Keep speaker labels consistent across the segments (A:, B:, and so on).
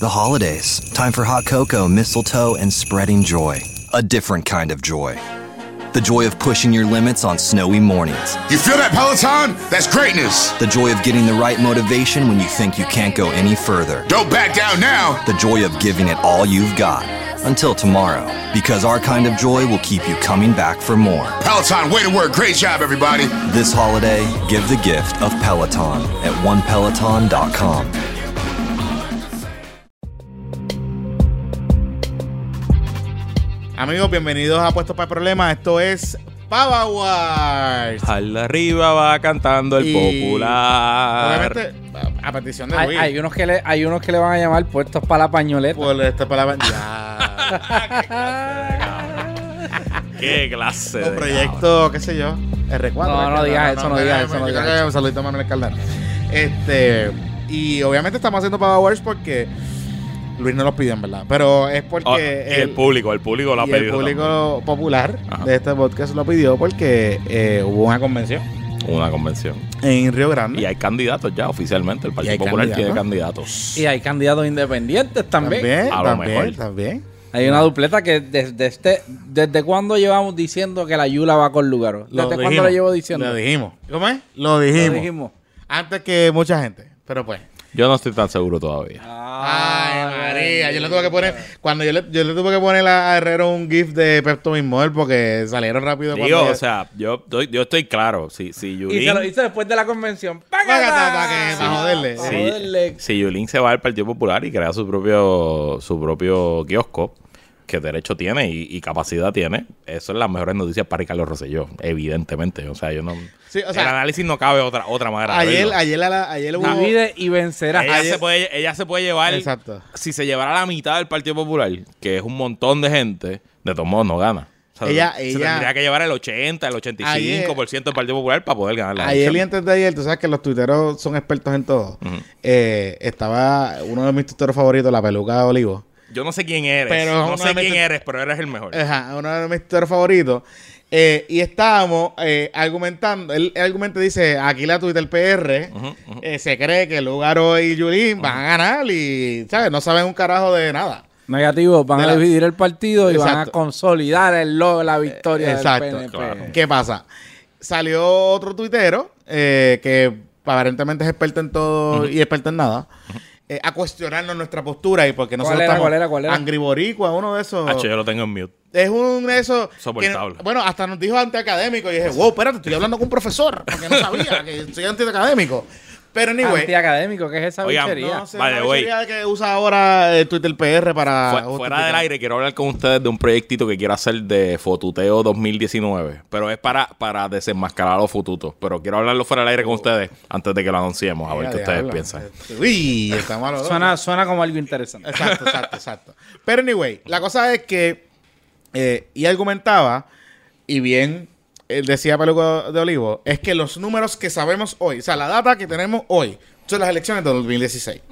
A: The holidays, time for hot cocoa, mistletoe, and spreading joy. A different kind of joy. The joy of pushing your limits on snowy mornings.
B: You feel that, Peloton? That's greatness.
A: The joy of getting the right motivation when you think you can't go any further.
B: Don't back down now.
A: The joy of giving it all you've got. Until tomorrow, because our kind of joy will keep you coming back for more.
B: Peloton, way to work. Great job, everybody.
A: This holiday, give the gift of Peloton at onepeloton.com.
C: Amigos, bienvenidos a Puestos para el Problema. Esto es Pava Wars.
D: Al arriba va cantando el
C: Y-
D: popular.
C: Obviamente, a, a petición de
E: Hay,
C: Luis. Pues-
E: hay unos que le, hay unos que le van a llamar puestos para la pañoleta.
C: Por este esta palabra. Ya.
D: Qué clase.
C: Qué
D: de
C: proyecto, qué sé yo. R4.
E: No, no
C: R4,
E: digas eso, no digas eso, no
C: yo
E: digas
C: creo que
E: eso.
C: Un saludito a Manuel Cardán. Este. Y obviamente estamos haciendo Pava Wars porque. Luis no los pidió, en verdad. Pero es porque.
D: Ah, y el,
C: él-
D: público, el público lo ha
C: y el
D: pedido.
C: público popular
D: Ajá.
C: de este podcast lo pidió porque eh, hubo una convención
D: también. Una convención.
C: en Río Grande.
D: Y hay candidatos ya oficialmente. El
C: Y
D: Partido
C: hay
D: Popular tiene
C: candidatos.
D: candidatos.
E: Y hay candidatos independientes también.
C: También,
D: A lo
C: también,
D: mejor.
C: también.
E: Hay una dupleta que desde este, desde cuándo llevamos diciendo que la Yula va con Lugaro. ¿Desde
C: Lo
E: cuándo
C: dijimos,
E: lo llevo diciendo?
C: Lo dijimos. ¿Cómo es? Lo
E: Lo
C: dijimos.
E: dijimos.
C: Antes que mucha gente. Pero pues.
D: Yo no estoy tan seguro todavía.
C: Ah.
E: Ah,
C: Ay, María. Yo le tuve que poner. Cuando yo le, yo le tuve que poner a Herrero un GIF de Pepto Bismol porque salieron rápido.
D: Digo,
C: cuando
D: o sea, yo, estoy- yo estoy claro. Si, si Yulín,
E: Y se lo hizo después de la convención.
C: Págata, pa' que- pa' joderle.
E: Pa'
D: si-
E: joderle.
D: si Yulín se va al Partido Popular y crea su propio, su propio kiosco, que derecho tiene y, y capacidad tiene, eso es las mejores noticias para Ricardo Rosselló, evidentemente. O sea, yo no.
C: Sí, o sea,
D: el análisis no cabe otra, otra manera. de
C: ayer,
D: verlo.
C: ayer, a la- ayer hubo.
E: Divide y vencerá.
D: ella,
C: ayer-
D: se puede, ella se puede llevar.
C: Exacto.
D: Si se llevara la mitad del Partido Popular, que es un montón de gente, de todos modos no gana. O sea,
C: Ella-
D: se
C: ella-
D: tendría que llevar el 80, el 85% del Partido Popular para poder ganar la
C: Ayer y
D: elección.
C: antes de ayer, tú sabes que los tuiteros son expertos en todo. Eh, estaba uno de mis tuiteros favoritos, la peluca de Olivo.
D: Yo no sé quién eres.
C: Pero Eh,
D: no sé
C: nuevamente-
D: quién eres, pero eres el mejor.
C: Ajá, uno de mis tutores favoritos. Eh, y estábamos eh, argumentando. Él, él argumenta, dice: aquí la Twitter PR eh, se cree que Lugaro y Yulín van a ganar y, ¿sabes? No saben un carajo de nada.
E: Negativo, van
C: De
E: a
C: la-
E: dividir el partido y van a
C: Exacto.
E: consolidar el logro, la victoria
C: Exacto.
E: del PNP.
D: claro.
C: ¿Qué pasa? Salió otro tuitero eh, que aparentemente es experto en todo y experto en nada. eh, a cuestionarnos nuestra postura y porque nosotros
E: era,
C: estamos
E: cuál era, cuál era?
C: Angry Boricua, uno de esos.
D: Hacho, yo lo tengo en mute.
C: Es un eso.
D: Soportable.
C: que- bueno, hasta nos dijo antiacadémico. Y dije, wow, espérate, estoy hablando con un profesor. Porque no sabía que soy antiacadémico. Pero anyway.
E: Antiacadémico, ¿qué es esa
D: Oigan,
E: bichería?
C: No sé,
D: By
C: una
D: the way.
C: bichería que usa ahora eh, Twitter PR para.
D: Fue- fuera
C: justificar.
D: del aire, quiero hablar con ustedes de un proyectito que quiero hacer de Fotuteo 2019. Pero es para, para desenmascarar a los fotutos. Pero quiero hablarlo fuera del aire con ustedes antes de que lo anunciemos, a ver
C: Ya,
D: Ah, qué ustedes
C: diablo.
D: piensan.
C: Uy, está malo.
E: Suena, suena como algo interesante.
C: Exacto, exacto, exacto. Pero anyway, la cosa es que. eh, y argumentaba, y bien eh, decía Peluco de Olivo, es que los números que sabemos hoy, o sea, la data que tenemos hoy, son las elecciones del 2016.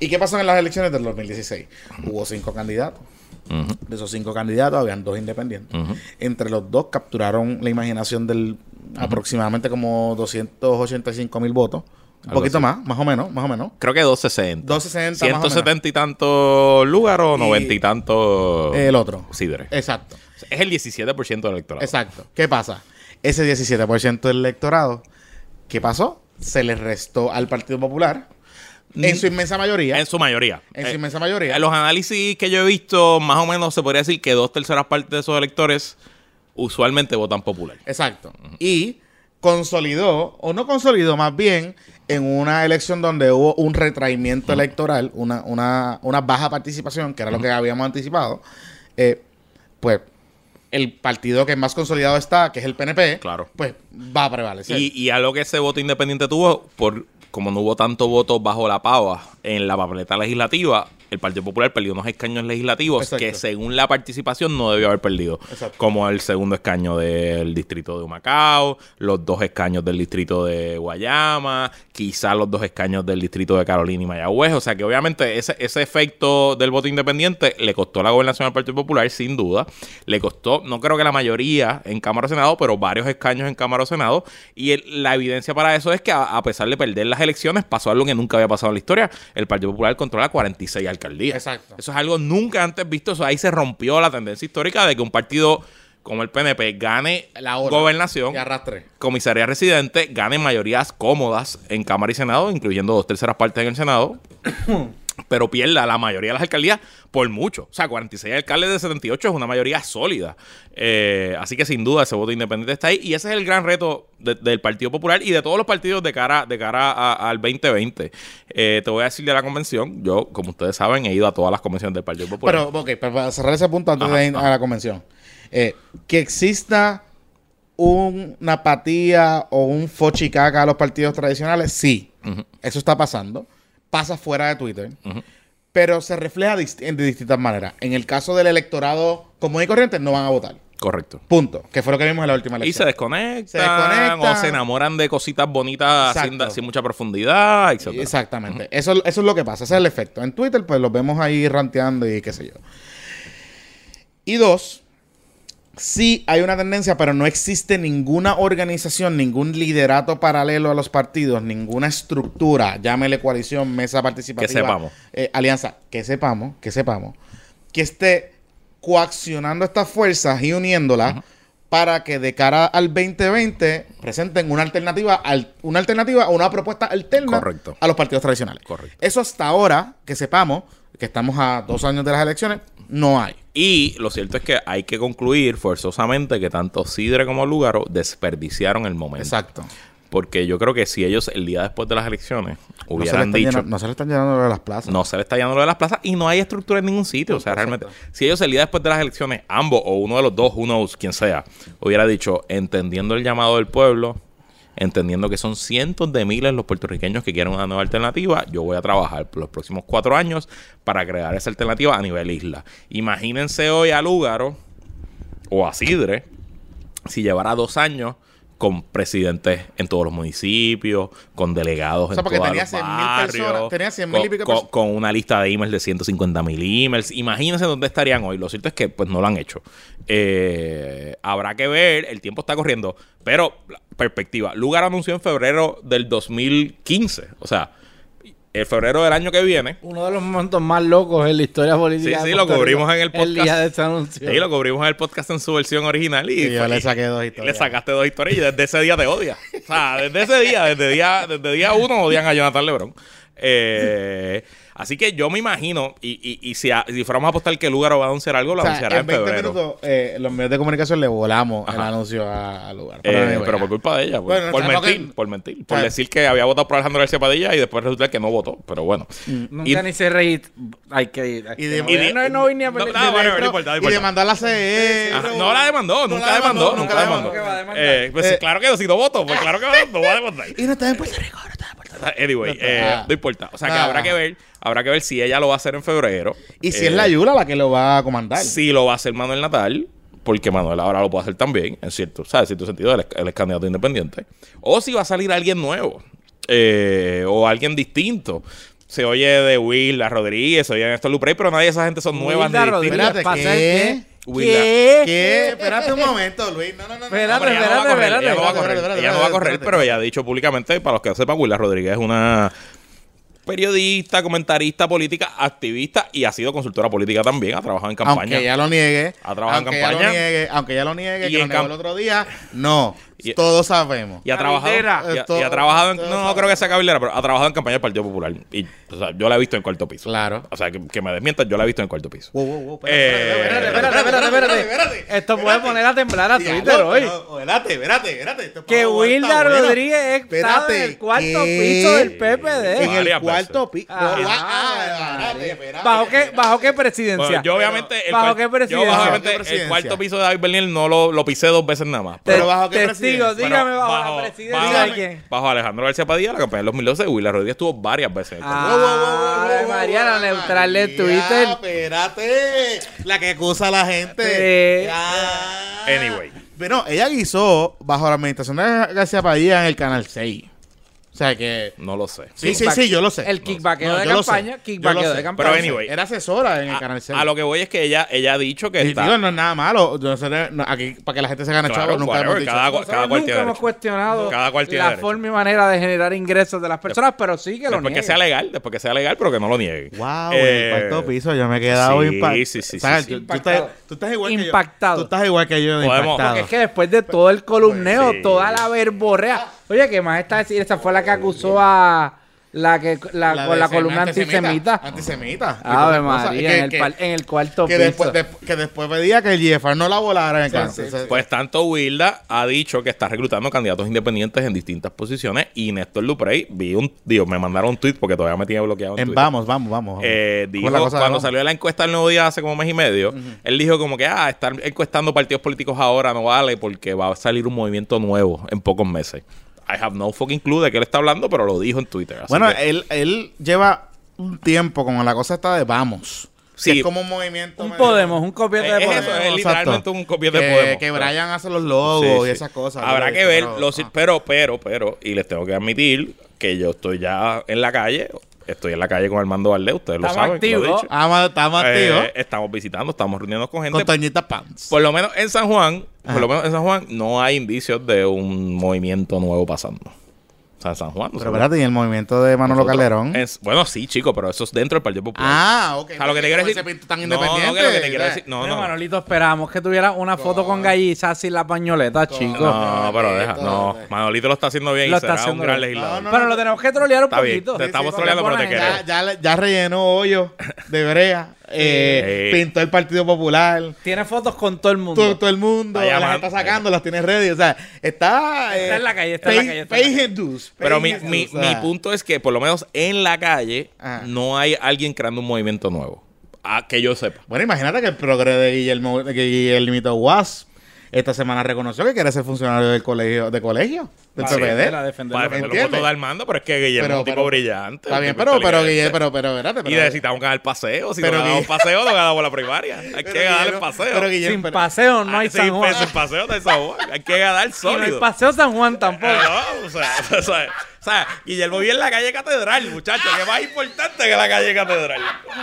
C: ¿Y qué pasó en las elecciones del 2016? Hubo cinco candidatos. De esos cinco candidatos habían dos independientes. Entre los dos capturaron la imaginación del aproximadamente como 285 mil votos. Un
D: Algo
C: poquito
D: así.
C: más, más o menos, más o menos.
D: Creo que 260.
C: 260 más o menos.
D: 170 y tantos lugares
C: Y
D: o
C: Eh,
D: 90 y tantos.
C: El otro.
D: Sidre.
C: Exacto.
D: Es el 17% del electorado.
C: Exacto. ¿Qué pasa? Ese 17% del electorado, ¿qué pasó? Se le restó al Partido Popular en su inmensa mayoría.
D: En su mayoría.
C: En su
D: Eh,
C: inmensa mayoría.
D: eh, los análisis que yo he visto, más o menos se podría decir que dos terceras partes de esos electores usualmente votan popular.
C: Exacto. Y consolidó, o no consolidó, más bien, en una elección donde hubo un retraimiento electoral, una, una, una baja participación, que era lo que habíamos anticipado, eh, pues el partido que más consolidado está, que es el PNP,
D: Claro.
C: pues va a prevalecer.
D: Y, y a lo que ese voto independiente tuvo, por como no hubo tanto voto bajo la pava en la papeleta legislativa, el Partido Popular perdió unos escaños legislativos
C: Exacto.
D: que según la participación no debió haber perdido.
C: Exacto.
D: Como el segundo escaño del distrito de Humacao, los dos escaños del distrito de Guayama, quizás los dos escaños del distrito de Carolina y Mayagüez. O sea que obviamente ese, ese efecto del voto independiente le costó la gobernación al Partido Popular, sin duda. Le costó, no creo que la mayoría en Cámara o Senado, pero varios escaños en Cámara o Senado. Y el- la evidencia para eso es que a, a pesar de perder las elecciones, pasó algo que nunca había pasado en la historia. El Partido Popular controla 46 al- alcaldía.
C: Exacto.
D: Eso es algo nunca antes visto. Eso ahí se rompió la tendencia histórica de que un partido como el PNP gane
C: La hora.
D: gobernación,
C: Y arrastre.
D: comisaría residente, gane mayorías cómodas en Cámara y Senado, incluyendo dos terceras partes en el Senado, pero pierda la mayoría de las alcaldías por mucho. O sea, 46 alcaldes de 78 es una mayoría sólida. Eh, así que sin duda ese voto independiente está ahí. Y ese es el gran reto de- del Partido Popular y de todos los partidos de cara, de cara a- al 2020. Eh, te voy a decir de la convención. Yo, como ustedes saben, he ido a todas las convenciones del Partido Popular.
C: Pero, ok, pero para cerrar ese punto antes
D: Pues, Ajá,
C: de ir
D: ajá.
C: a la convención. Eh, que exista un- una apatía o un fochicaca a los partidos tradicionales, sí. Eso está pasando. Pasa fuera de Twitter. Pero se refleja dist- en- de distintas maneras. En el caso del electorado común y corriente, no van a votar.
D: Correcto.
C: Punto. Que fue lo que vimos en la última
D: Y se
C: elección.
D: desconectan,
C: Se desconectan.
D: o se enamoran de cositas bonitas sin,
C: Exacto.
D: da- sin mucha profundidad, etc.
C: Exactamente. eso, eso es lo que pasa. Ese es el efecto. En Twitter, pues los vemos ahí ranteando y qué sé yo. Y dos, sí hay una tendencia, pero no existe ninguna organización, ningún liderato paralelo a los partidos, ninguna estructura, llámele coalición, mesa participativa.
D: Que sepamos.
C: eh, alianza, que sepamos, que sepamos, que esté coaccionando estas fuerzas y uniéndolas para que de cara al 2020 presenten una alternativa, al- una alternativa o una propuesta alterna
D: Correcto.
C: a los partidos tradicionales.
D: Correcto.
C: Eso hasta ahora, que sepamos, que estamos a dos años de las elecciones, no hay.
D: Y lo cierto es que hay que concluir forzosamente que tanto Sidre como Lugaro desperdiciaron el momento.
C: Exacto.
D: Porque yo creo que si ellos el día después de las elecciones
C: No se, le
D: hubieran
C: están
D: dicho...
C: llenando- no se le están llenando de las plazas.
D: No se le está llenando lo de las plazas y no hay estructura en ningún sitio. O sea, realmente, si ellos el día después de las elecciones, ambos o uno de los dos, uno quien sea, hubiera dicho, entendiendo el llamado del pueblo, entendiendo que son cientos de miles los puertorriqueños que quieren una nueva alternativa, yo voy a trabajar por los próximos cuatro años para crear esa alternativa a nivel isla. Imagínense hoy a Lúgaro o a Sidre si llevara dos años con presidentes en todos los municipios, con delegados
C: O sea,
D: en
C: porque
D: todos
C: tenía
D: los
C: 100.000
D: barrios,
C: personas, tenía 100.000 y
D: con-
C: pico
D: con,
C: personas.
D: con una lista de emails de 150 mil emails. Imagínense dónde estarían hoy. Lo cierto es que pues no lo han hecho. Eh, habrá que ver, el tiempo está corriendo, pero la perspectiva. Lugar anunció en febrero del 2015, o sea, el febrero del año que viene.
E: Uno de los momentos más locos en la historia política.
D: Sí,
E: de
D: sí, lo
E: Puerto Rico,
D: cubrimos en el
E: El día
D: podcast.
E: de ese anuncio.
D: Sí, lo cubrimos en el podcast en su versión original y,
C: Y yo
D: fue-
C: le saqué dos
D: y
C: historias.
D: le sacaste dos historias y desde ese día te odia. O sea, desde ese día, desde día, desde día uno odian a Jonathan Lebron. Eh, así que yo me imagino, y, y- y si, a- si fuéramos a apostar que Lugaro va a anunciar algo, lo
C: O sea,
D: anunciará en,
C: en 20
D: febrero.
C: minutos eh, los medios de comunicación le volamos el
D: Ajá.
C: anuncio a- al lugar.
D: Eh,
C: anyway,
D: pero por
C: ajá.
D: culpa de ella, por,
C: Bueno, no
D: por
C: sabemos
D: mentir,
C: que-
D: por mentir, por
C: Claro.
D: decir que había votado por Alejandro García Padilla y después resulta que no votó, pero bueno.
C: Mm.
E: Nunca
D: Y-
E: ni se reí. Hay que ir. hay
C: Y
E: que
C: de-
E: no-
C: y
D: de-
E: no, no vine a
D: no, nada, bueno, no importa, no
C: Y
D: importa.
C: demandó a la E CE.
D: Ajá, No la demandó, nunca
C: la
D: demandó,
C: demandó,
D: nunca
C: nunca la
D: demandó.
E: demandó. Nunca va a demandar.
D: Eh, pues,
C: Eh.
D: claro que no, si no voto, pues claro que no, no va a demandar.
C: Y no está en Puerto Rico, no está en Puerto Rico.
D: Anyway, eh,
C: Ah.
D: no importa. O sea, que
C: Ah.
D: habrá que ver, habrá que ver si ella lo va a hacer en febrero.
C: Y si
D: Eh,
C: es la Yula la que lo va a comandar.
D: Si lo va a hacer Manuel Natal, porque Manuel ahora lo puede hacer también, en cierto, o sea, en cierto sentido, él es, él es candidato independiente. O si va a salir alguien nuevo, eh, o alguien distinto. Se oye de Willa Rodríguez, se oye de Néstor Luprey, pero nadie de esa gente son nuevas ni
E: Wilda Rodríguez,
D: distintas.
C: Espérate,
E: ¿pasa
C: ¿qué?
E: qué?
D: Wilda.
E: ¿Qué?
C: ¿Qué? Espérate un momento, Luis. No, no, no. no.
E: Espérate,
D: Hombre, ella no va a
E: espérate,
D: correr, ella no va a
E: espérate,
D: correr,
C: espérate,
D: ella no va a
C: espérate,
D: correr,
C: espérate.
D: pero ella ha dicho públicamente, para los que no sepan, Willa Rodríguez es una periodista, comentarista política, activista y ha sido consultora política también, ha trabajado en
C: Aunque
D: campaña.
C: ya lo niegue.
D: Ha trabajado en
C: aunque ya lo
D: campaña.
C: niegue, aunque ya lo niegue,
D: Y
C: que lo
D: en
C: negó
D: cam-
C: el otro día. No.
D: Y-
C: Todos sabemos.
D: Y ha trabajado,
E: Cabildera.
D: y ha-
C: Esto-
D: y ha trabajado en-
C: esto-
D: no, no creo que sea cabildera, pero ha trabajado en campaña del Partido Popular. Y, o sea, yo la he visto en cuarto piso.
C: Claro.
D: O sea, que, que me desmientan, yo la he visto en cuarto piso.
C: Wow, wow, wow.
D: Eh,
E: Espérate, espérate, espérate, espérate, espérate. Esto puede poner a temblar a Twitter hoy.
C: Espérate, espérate, espérate. Esto es
E: Que
C: para-
E: Wilda
C: está bueno.
E: Rodríguez está en
C: Espérate,
E: el cuarto
C: ¿qué?
E: piso del
C: En
E: PPD.
D: Varias
C: el
D: veces.
C: cuarto piso.
E: Ah,
C: espérate, espérate.
E: ¿Bajo qué, bajo qué presidencia?
D: Bueno, yo obviamente, el,
E: ¿Bajo
D: cuar-
E: qué
D: yo,
E: presidencia?
D: obviamente,
C: ¿Qué
D: el
C: presidencia?
D: cuarto piso de David Bernier no lo, lo pisé dos veces nada más.
E: Te-
C: pero ¿bajo qué
E: testigo,
C: presidencia?
E: dígame
D: Bueno,
E: bajo, la presidencia de
D: bajo-
E: quién.
D: bajo Alejandro García Padilla, la campaña del 2012, Willa Rodríguez estuvo varias veces. en el
E: Ah, Ave María, la neutral de Twitter.
C: Espérate. La que acusa a la gente.
E: Sí.
C: Ya.
D: Anyway.
C: Bueno, ella guisó bajo la administración de García Padilla en el Canal 6. O sea que.
D: No lo sé.
C: Sí, sí, sí, yo lo sé.
E: El kickbackeo
C: No,
E: de
C: yo lo sé.
E: campaña,
C: Yo
E: kickbackeo
C: lo
E: de
C: sé.
E: campaña.
D: Pero anyway,
C: Era asesora en el
D: A,
C: canal 6.
D: a lo que voy es que ella, ella ha dicho que
C: Y
D: está.
C: digo, no es nada malo. Nosotros, no, aquí, para que la gente se gane
D: Claro,
C: chavos, nunca
D: whatever,
C: hemos dicho.
D: cada cual-
E: Nosotros nunca
D: cual tiene
E: hemos
D: derecho.
E: cuestionado
D: Cada cual tiene
E: la
D: derecho.
E: forma y manera de generar ingresos de las personas, pero sí que lo
D: después que
E: niegan.
D: sea legal, después que sea legal, pero que no lo niegue.
C: Wow,
D: Eh,
C: el cuarto piso, yo me he quedado
D: sí,
C: impactado.
D: sí, sí, sí,
C: ¿Sabes?
D: sí.
C: Tú, tú
E: Impactado.
C: estás, tú estás igual
E: Impactado.
C: que yo. Tú estás igual que yo. de
D: Podemos-
C: impactado.
D: Porque
E: Es que después de todo el columneo,
D: Pues, sí.
E: toda la verborrea. Oye, que más está decir, esa fue la que acusó a la que la,
C: La
E: con
C: de
E: la
C: semi-
E: columna antisemita.
C: Antisemita.
E: Ave
C: Y todas esas cosas.
E: María,
C: Que-
E: en, el
C: que-
E: pal- en el cuarto
C: que
E: piso.
C: después, desp- que después pedía que el Jeffar no la volara en el canal. O sea,
D: Pues tanto Wilda ha dicho que está reclutando candidatos independientes en distintas posiciones y Néstor Luprey, vi un, digo, me mandaron un tweet porque todavía me tiene bloqueado en
C: en
D: Twitter.
C: vamos, vamos, vamos.
D: Eh,
C: Con
D: dijo,
C: la cosa de
D: cuando
C: vamos.
D: salió la encuesta del nuevo día hace como mes y medio, él dijo como que, ah, estar encuestando partidos políticos ahora no vale porque va a salir un movimiento nuevo en pocos meses. I have no fucking clue de qué él está hablando, pero lo dijo en Twitter. así
C: Bueno, eh,
D: que-
C: él, él lleva un tiempo con la cosa esta de vamos.
D: Sí.
C: Que es como un movimiento.
E: un
C: medio-
E: Podemos, un copiete de
D: Es
E: Podemos.
D: eso, es
C: Exacto.
D: literalmente un copión de
C: que,
D: Podemos.
C: Que Brian hace los logos
D: Sí,
C: y
D: sí.
C: esas cosas.
D: Habrá
C: Yo
D: que
C: lo he
D: ver,
C: visto, pero-
D: los-
C: ah.
D: pero, pero, pero, y les tengo que admitir que yo estoy ya en la calle, estoy en la calle con Armando Valdés, ustedes lo
E: Estamos
D: saben. lo he
E: activos.
D: dicho.
C: Ah, ma- está más tío.
D: Eh, estamos visitando, estamos reuniéndonos con gente.
C: con Toñita Pants.
D: por lo menos en San Juan, por lo menos en San Juan, no hay indicios de un movimiento nuevo pasando. O sea, en San Juan.
C: Pero
D: nosotros-
C: espérate, y el movimiento de Manolo
D: nosotros-
C: Calderón.
D: es- bueno, sí, chico, pero eso es dentro del Partido Popular.
C: Ah, ok.
D: O sea, lo que te quiero
C: Ese
D: decir.
C: pinto tan
D: no, no, que lo que te quiero
C: ¿sabes?
D: decir. No,
E: Mira,
D: no.
E: Manolito, esperamos que tuviera una foto con gallizas y la pañoleta, chico.
D: No, pero deja. No, Manolito lo está haciendo bien
E: Lo
D: y
E: está
D: será
E: haciendo
D: un gran
E: bien.
D: legislador.
C: No, no,
E: pero lo tenemos que trolear un
D: Está bien,
E: poquito.
D: te estamos
E: porque
D: troleando,
E: es buena
D: pero te
E: gente.
D: queremos.
C: Ya, ya, le- ya rellenó hoyo de brea. eh,
D: Sí.
C: Pintó el Partido Popular.
E: Tiene fotos con todo el mundo.
C: Todo, todo el mundo
D: Está
C: las
D: llamando.
C: está sacando, las tiene ready. O sea, está. eh,
E: Está en la calle, está en la
C: pay-
E: calle, está en la
C: pay
E: calle.
C: his dues, pay
D: Pero mi,
C: his
D: mi,
C: dues, o
D: mi
C: sea.
D: punto es que por lo menos en la calle
C: Ajá.
D: no hay alguien creando un movimiento nuevo. A que yo sepa.
C: Bueno, imagínate que el progre de Guillermo, que Guillermito Guas esta semana reconoció que quiere ser funcionario del colegio, de colegio, del
E: Para
C: PPD.
E: defender, a defender
D: Para
E: lo
D: defender los
C: ¿Entiendes?
D: votos de Armando, pero es que Guillermo
C: Pero-
D: es un tipo
C: pero-
D: brillante.
C: Está
D: un
C: bien,
D: tipo
C: pero, pero,
D: inteligente.
C: Guille- pero, pero, espérate.
D: Y
C: Pero,
D: necesitamos ganar el paseo. Si
C: Pero
D: no ganamos
C: Guille-
D: paseo, no ganamos la primaria. Hay
C: pero
D: que ganar el
C: Guillermo-
D: paseo.
C: Pero Guillermo,
E: Sin
C: pero-
E: paseo no hay
D: Ah,
E: San
D: sin,
E: Juan.
D: pe- sin paseo no hay San Juan. Hay que ganar
E: Y no hay
D: sólido.
E: paseo San Juan tampoco.
D: Ah, no, o sea, o sea, o sea, Guillermo vive en la calle Catedral, muchachos. Que más importante que la calle Catedral.
C: Pues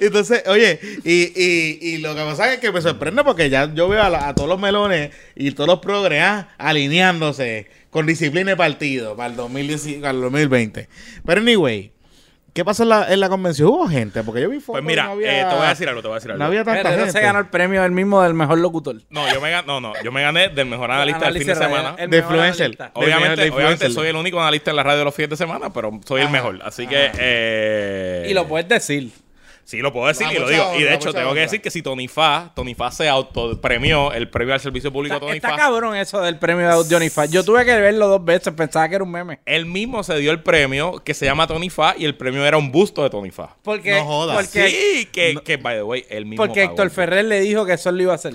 C: Entonces, oye, y, y, y lo que pasa es que me sorprende porque ya yo veo a, la- a todos los melones y todos los progres ah, alineándose con disciplina y partido para el, 2019 para el 2020. Pero anyway, ¿qué pasó en la, en la convención? ¿Hubo gente? Porque yo vi fotos
D: Pues
C: y
D: mira,
C: no había-
D: eh, te voy a decir algo, te voy a decir algo.
C: No había tanta
E: Pero no
C: gente.
E: Eh, se ganó el premio del mismo del mejor locutor.
D: No, yo me gané, no, no, yo me gané del mejor analista del fin de
E: Análisis radio,
D: semana.
E: el
C: De
E: mejor
C: influencer.
E: analista.
D: Obviamente,
C: de
D: obviamente
C: influencer.
D: soy el único analista en la radio los fines de semana, pero soy el mejor. Así que eh,
E: Y lo puedes decir.
D: sí lo puedo decir
C: La
D: y lo
C: mucha
D: digo. y
C: honra,
D: de hecho
C: mucha
D: tengo
C: honra.
D: que decir que si Tony Fa, Tony Fa se autopremió el premio al servicio público
E: Está,
D: Tony
E: está
D: Fa.
E: cabrón eso del premio de Johnny Fa. Yo tuve que verlo dos veces, pensaba que era un meme.
D: Él mismo se dio el premio que se llama Tony Fa y el premio era un busto de Tony Fa.
E: Porque,
C: No jodas.
E: porque,
D: sí, que, que, by the way, él mismo
E: porque
D: pagó.
E: Héctor Ferrer le dijo que eso lo iba a hacer.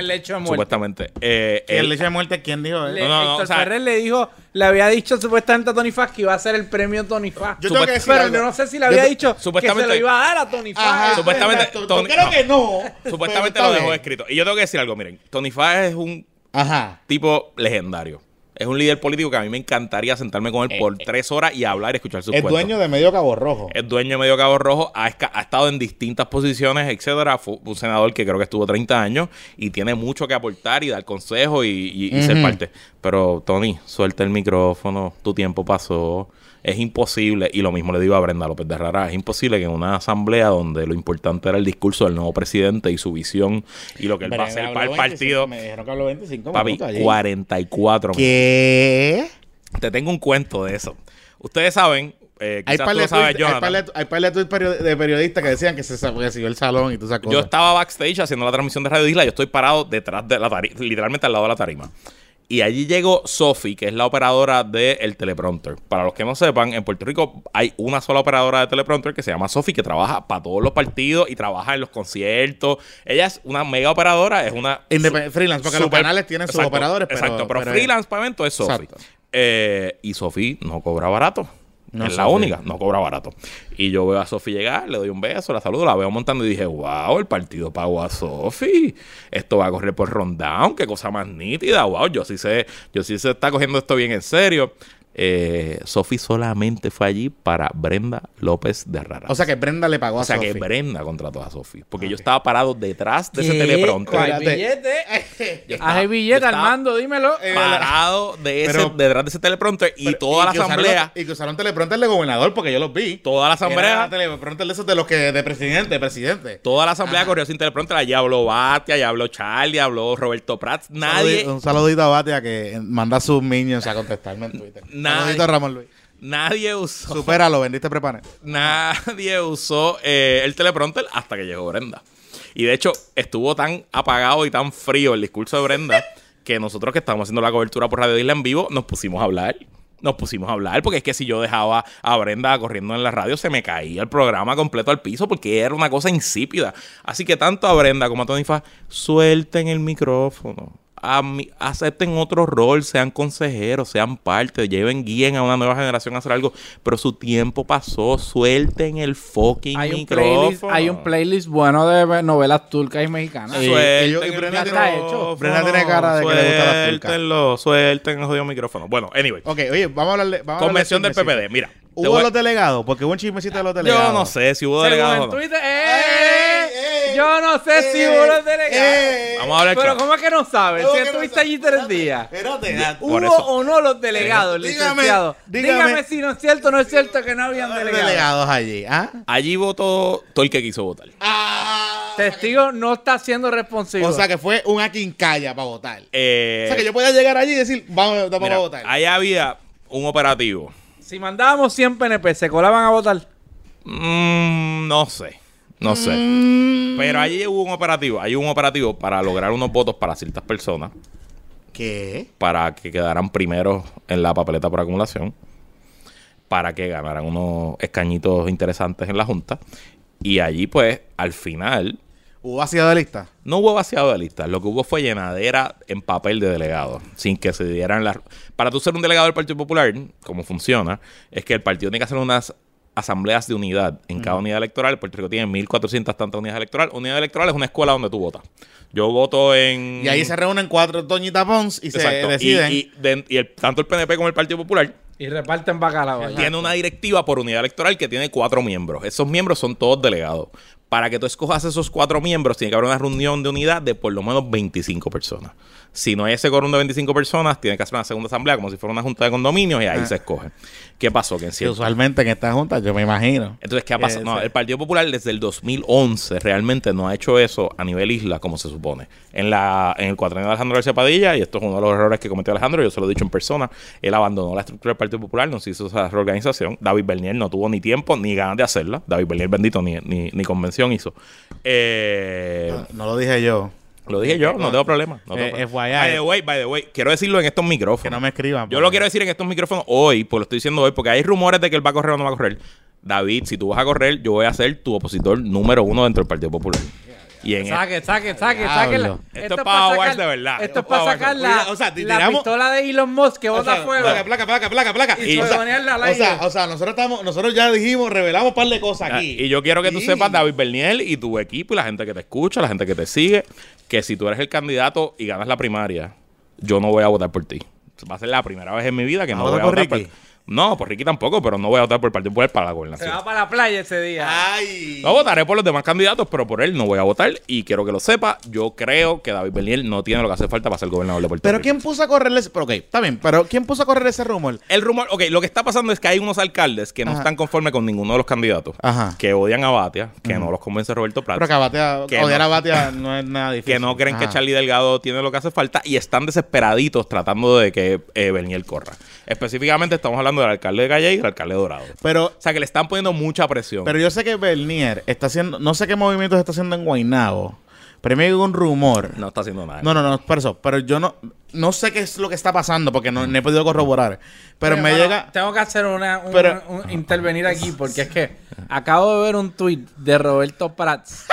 E: en el lecho de muerte.
D: supuestamente eh,
C: ¿Y el
D: él-
C: leche de muerte quién dijo? eh?
E: Le-
D: No, no, no,
E: Héctor
D: o sea-
E: Ferrer le dijo, le había dicho supuestamente a Tony Faz que iba a ser el premio Tony Faz.
C: Yo tengo que decir
E: Pero
C: algo.
E: yo no sé si le
C: Yo
E: había
C: te-
E: dicho
D: supuestamente-
E: que se lo iba a dar a Tony
C: Ajá,
E: Faz.
D: Supuestamente,
C: exacto.
D: Tony-
C: creo
D: no.
C: que no.
D: supuestamente
E: pues,
C: pero
D: lo
C: está
D: dejó
C: bien.
D: escrito. Y yo tengo que decir algo, miren, Tony Fa es un
C: Ajá.
D: tipo legendario. Es un líder político que a mí me encantaría sentarme con él por tres horas y hablar y escuchar sus
C: El
D: cuentos.
C: dueño de Medio Cabo Rojo.
D: Es dueño de Medio Cabo Rojo, ha, esca- ha estado en distintas posiciones, etcétera. Fue un senador que creo que estuvo 30 años y tiene mucho que aportar y dar consejos y, y- y ser parte. Pero, Tony, suelta el micrófono, tu tiempo pasó. Es imposible, y lo mismo le digo a Brenda López de Rara, es imposible que en una asamblea donde lo importante era el discurso del nuevo presidente y su visión y lo que él va a hacer para el partido,
C: Me dijeron que habló 25
D: papi,
C: minutos allí.
D: 44
C: ¿Qué?
D: Te tengo un cuento de eso. Ustedes saben, eh,
C: Hay
D: quizás tú
C: par
D: lo
C: de
D: sabes,
C: tweets- hay
D: Jonathan.
C: par de- hay par de tweets perio- de periodistas que decían que se sa- que siguió el salón y todas esas cosas.
D: Yo estaba backstage haciendo la transmisión de Radio Isla. Yo estoy parado detrás de la tarima, literalmente al lado de la tarima. Y allí llegó Sofi, que es la operadora del teleprompter. Para los que no sepan, en Puerto Rico hay una sola operadora de teleprompter que se llama Sofi, que trabaja para todos los partidos y trabaja en los conciertos. Ella es una mega operadora, es una
C: Independ- freelance, porque los
D: Super-
C: canales tienen sus
D: Exacto,
C: operadores, pero,
D: Exacto, pero,
C: pero-
D: freelance pavimento es Sofi.
C: Exacto.
D: Eh, y Sofi no cobra barato.
C: No,
D: es la
C: Sofi.
D: única, no cobra barato. Y yo veo a Sofi llegar, le doy un beso, la saludo, la veo montando y dije, wow, el partido pagó a Sofi. Esto va a correr por rundown, qué cosa más nítida, wow, yo sí sé, yo sí se está cogiendo esto bien en serio. eh, Sofi solamente fue allí para Brenda López de Rara.
C: O sea que Brenda le pagó
D: O sea
C: a
D: que
C: Sophie.
D: Brenda contrató a Sofi. Porque yo estaba parado detrás de ese
F: ¿Qué?
D: teleprompter.
F: ¿Cuál?
C: Espérate.
E: billete.
D: Yo estaba-
F: Haz el
D: yo
F: billete,
D: estaba Eh,
F: Armando, dímelo.
D: Parado de ese,
C: Pero-
D: detrás de ese teleprompter y
C: Pero-
D: toda la
C: que usaron- e-,
D: asamblea.
C: y que usaron teleprompter de gobernador porque yo los vi.
D: Toda la asamblea.
C: Era teleprompter de esos de los que de presidente, presidente.
D: Toda la asamblea corrió sin teleprompter. Allí habló Batia, allá habló Charlie, habló Roberto Prats. Nadie,
C: Un saludito a Batia que manda sus minions a contestarme en Twitter.
D: Nadie.
C: Saludito a Ramón Luis.
D: nadie usó,
C: Supéralo, vendiste prepare.
D: nadie usó eh, el teleprompter hasta que llegó Brenda. Y de hecho, estuvo tan apagado y tan frío el discurso de Brenda que nosotros que estábamos haciendo la cobertura por Radio Isla en vivo nos pusimos a hablar. Nos pusimos a hablar porque es que si yo dejaba a Brenda corriendo en la radio se me caía el programa completo al piso porque era una cosa insípida. Así que tanto a Brenda como a Tony Fa, suelten el micrófono. A mi- acepten otro rol, sean consejeros, sean parte, lleven, guíen a una nueva generación a hacer algo, pero su tiempo pasó, suelten el fucking
F: Hay un,
D: micrófono.
F: playlist, hay un playlist bueno de novelas turcas y mexicanas.
C: Sí.
D: Suelten
C: ellos- y
D: el
C: Brenda
F: tiene-
D: micrófono.
C: Brenda tiene cara de que le gusta la turca.
D: Suéltenlo, suelten el jodido micrófono. Bueno, anyway.
F: Oh,
C: Ok, oye, vamos a hablarle. Vamos a hablarle
D: Convención del
C: chismecito.
D: PPD, mira. te
C: ¿Hubo
D: voy-
C: los delegados? Porque hubo un chismecito de los delegados.
D: yo no sé si hubo
F: Según
D: delegados o
F: en
D: no.
F: Twitter, ¡eh! Yo no sé si hubo los delegados.
D: Vamos a hablar
F: Pero
D: claro.
F: ¿cómo es que no sabes?
C: eh, ¿Cómo
F: Si
C: que no
F: estuviste
C: sabes?
F: allí tres
C: Espérate,
F: días.
C: espérate,
F: ¿Hubo
D: Por eso.
F: o no los delegados,
C: Dígame,
F: licenciado?
C: dígame.
F: Dígame, si no es cierto o no es cierto que no habían
C: delegados.
F: delegados.
C: allí, ¿ah?
D: Allí votó todo el que quiso votar.
F: Testigo no está siendo responsable.
C: O sea que fue un aquincalla para votar.
D: Eh,
C: o sea que yo podía llegar allí y decir, vamos, vamos
D: mira,
C: a votar.
D: Ahí había un operativo.
F: si mandábamos 100 PNP, ¿se colaban a votar?
D: Mm, no sé. No sé. Pero allí hubo un operativo. Hay un operativo para lograr unos votos para ciertas personas.
C: ¿Qué?
D: Para que quedaran primeros en la papeleta por acumulación. Para que ganaran unos escañitos interesantes en la Junta. Y allí, pues, al final,
C: ¿Hubo vacío de lista?
D: No hubo vaciado de listas, lo que hubo fue llenadera en papel de delegado, sin que se dieran las... Para tú ser un delegado del Partido Popular, como funciona, es que el partido tiene que hacer unas asambleas de unidad en cada unidad electoral. Puerto Rico tiene 1.400 tantas unidades electorales. Unidad electoral es una escuela donde tú votas. Yo voto en...
C: Y
F: Mm.
C: ahí se reúnen cuatro Doñita Pons y se
D: Exacto. Y-
C: deciden.
D: Y, de- y el- tanto el PNP como el Partido Popular
F: Y reparten bacalao. allá.
D: tiene una directiva por unidad electoral que tiene cuatro miembros. Esos miembros son todos delegados. Para que tú escojas esos cuatro miembros, tiene que haber una reunión de unidad de por lo menos 25 personas. Si no hay ese quórum de 25 personas, tiene que hacer una segunda asamblea como si fuera una junta de condominios y ahí se escoge. ¿Qué pasó? Que en
C: Que
D: cierto-
C: usualmente en esta junta, yo me imagino.
D: Entonces, ¿qué ha pasado? No,
C: Ese.
D: el Partido Popular desde el 2011 realmente no ha hecho eso a nivel isla como se supone. En la en el cuatrenio de Alejandro García Padilla, y esto es uno de los errores que cometió Alejandro, yo se lo he dicho en persona, él abandonó la estructura del Partido Popular, no se hizo esa reorganización. David Bernier no tuvo ni tiempo ni ganas de hacerla. David Bernier, bendito, ni, ni, ni convención hizo. Eh,
C: No, no lo dije yo.
D: Lo dije yo, no tengo problema. no tengo
C: Eh,
D: problema.
C: FYI.
D: By the way, by the way, quiero decirlo en estos micrófonos.
C: Que no me escriban,
D: Yo
C: por
D: lo
C: favor.
D: quiero decir en estos micrófonos hoy, pues lo estoy diciendo hoy, porque hay rumores de que él va a correr o no va a correr. David, si tú vas a correr, yo voy a ser tu opositor número uno dentro del Partido Popular. Y en
F: Saque, saque, saque,
C: Diablo.
F: saque. la-
C: Esto
D: es pa'
F: sacar-
D: ahogarse de verdad.
F: Esto es
D: Pa'
F: para
D: ahogarse.
F: sacar la,
C: Cuida- o sea, te
F: la
C: tiramos-
F: pistola de Elon Musk que bota fuego.
C: placa, placa, placa, placa, placa.
F: Y
C: o, sea,
F: sodonearla al
C: o sea,
F: aire.
C: o sea, nosotros estamos, nosotros ya dijimos, revelamos un par de cosas
D: Ah,
C: aquí.
D: Y yo quiero que tú
C: Sí.
D: sepas, David Berniel y tu equipo y la gente que te escucha, la gente que te sigue, que si tú eres el candidato y ganas la primaria, yo no voy a votar por ti. Va a ser la primera vez en mi vida que no
C: ¿Vas a
D: voy a
C: votar
D: votar
C: por
D: por
C: Ricky?
D: No, por Ricky tampoco, pero no voy a votar por el Partido Popular para la
F: Se
D: gobernación.
F: va para la playa ese
C: Ah,
F: día.
C: Ay.
D: No votaré por los demás candidatos, pero por él no voy a votar. Y quiero que lo sepa, yo creo que David Bernier no tiene lo que hace falta para ser gobernador de Puerto
C: Pero
D: Rico.
C: quién puso a correr ese, pero ok, está bien, pero quién puso a correr ese rumor?
D: El rumor, ok, lo que está pasando es que hay unos alcaldes que no
C: Ajá.
D: están conformes con ninguno de los candidatos,
C: Ajá.
D: que odian a Batia, que no los convence Roberto Prats.
C: Pero que a Batia,
D: Ah, Que
C: odiar
D: no.
C: a Batia no es nada difícil.
D: que no creen que
C: Ajá.
D: Charlie Delgado tiene lo que hace falta y están desesperaditos tratando de que eh, Bernier corra. Específicamente estamos hablando del alcalde de Calle y del alcalde de Dorado.
C: Pero
D: O sea, que le están poniendo mucha presión.
C: Pero yo sé que Bernier está haciendo, no sé qué movimientos está haciendo en Guaynabo. Pero me llegó un rumor.
D: no está haciendo nada.
C: No, no, no, por eso. Pero yo no, no sé qué es lo que está pasando porque no, no he podido corroborar. Pero me
F: bueno,
C: llega.
F: Tengo que hacer una. un-
C: Pero-
F: un- intervenir aquí porque es que acabo de ver un tweet de Roberto Prats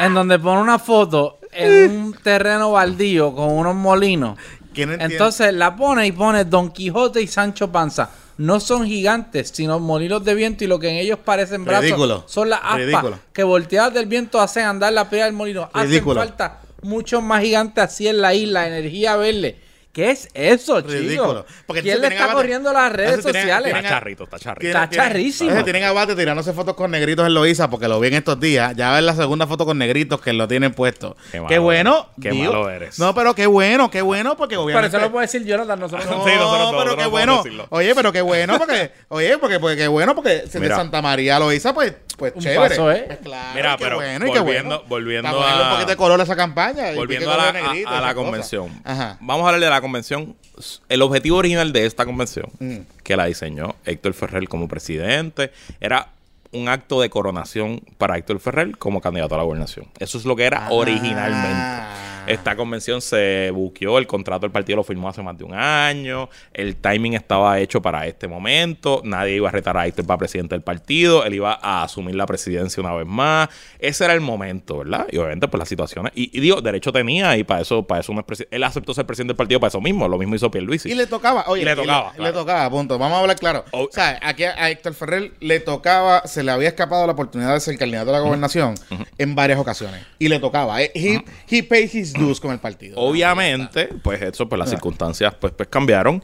F: en donde pone una foto en un terreno baldío con unos molinos.
C: ¿Quién entiende?
F: Entonces la pone y pone Don Quijote y Sancho Panza. No son gigantes, sino molinos de viento y lo que en ellos parecen brazos
C: Ridículo.
F: son las aspas
C: Ridículo.
F: que volteadas del viento hacen andar la piedra del molino.
C: Ridículo.
F: Hacen falta muchos más gigantes así en la isla, energía verde. ¿Qué es eso, chico?
C: Ridículo. Porque entonces
F: ¿Quién le
C: tienen
F: está
C: a Bate-
F: corriendo las redes
C: entonces tienen-
F: sociales?
D: Está
C: tienen a-
D: charrito, está charrito.
F: Está charrísimo.
C: Entonces tienen a Bate tirándose fotos con negritos en Loiza porque lo vi en estos días. Ya ves la segunda foto con negritos que lo tienen puesto.
D: Qué
C: Qué,
D: malo
C: bueno.
D: eres. Qué
C: digo-
D: malo eres.
C: No, pero qué bueno, qué bueno porque
F: Pero
C: obviamente...
F: eso lo puede decir Jonathan, nosotros no.
C: No,
D: Sí, nosotros no,
C: pero
D: nosotros
C: qué
D: no podemos
C: bueno.
D: decirlo.
C: Oye, pero qué bueno porque... Oye, porque, porque qué bueno porque si de
D: Mira.
C: Santa María lo hizo, pues, pues
F: Un
C: chévere.
F: paso, ¿eh?
C: Pues claro,
D: Mira,
C: y qué
D: pero
C: bueno, y qué
D: volviendo-
C: bueno.
D: volviendo
C: Para ponerle
D: a-
C: un poquito de color a esa campaña. y
D: Volviendo
C: que
D: a la,
C: color negrito,
D: a- a la
C: esas cosas.
D: convención.
C: Ajá.
D: Vamos a hablar de la convención. El objetivo original de esta convención,
C: Mm.
D: que la diseñó Héctor Ferrer como presidente, era un acto de coronación para Héctor Ferrer como candidato a la gobernación. Eso es lo que
C: Ah,
D: era originalmente. Esta convención se buqueó, el contrato del partido lo firmó hace más de un año, el timing estaba hecho para este momento, nadie iba a retar a Héctor para presidente del partido, él iba a asumir la presidencia una vez más. Ese era el momento, ¿verdad? Y obviamente, pues las situaciones. Y, y digo, derecho tenía, y para eso, para eso no es presi- él aceptó ser presidente del partido para eso mismo, lo mismo hizo Pierluisi.
C: Y le tocaba, oye,
D: Y le tocaba,
C: y le,
D: claro.
C: tocaba, punto. Vamos a hablar claro.
D: Oh.
C: O sea, aquí a, a Héctor Ferrer le tocaba, se le había escapado la oportunidad de ser candidato a la gobernación en varias ocasiones. Y le tocaba. Eh, He, he paid his dues con el partido.
D: Obviamente, pues eso, pues las
F: Ah.
D: circunstancias pues, pues cambiaron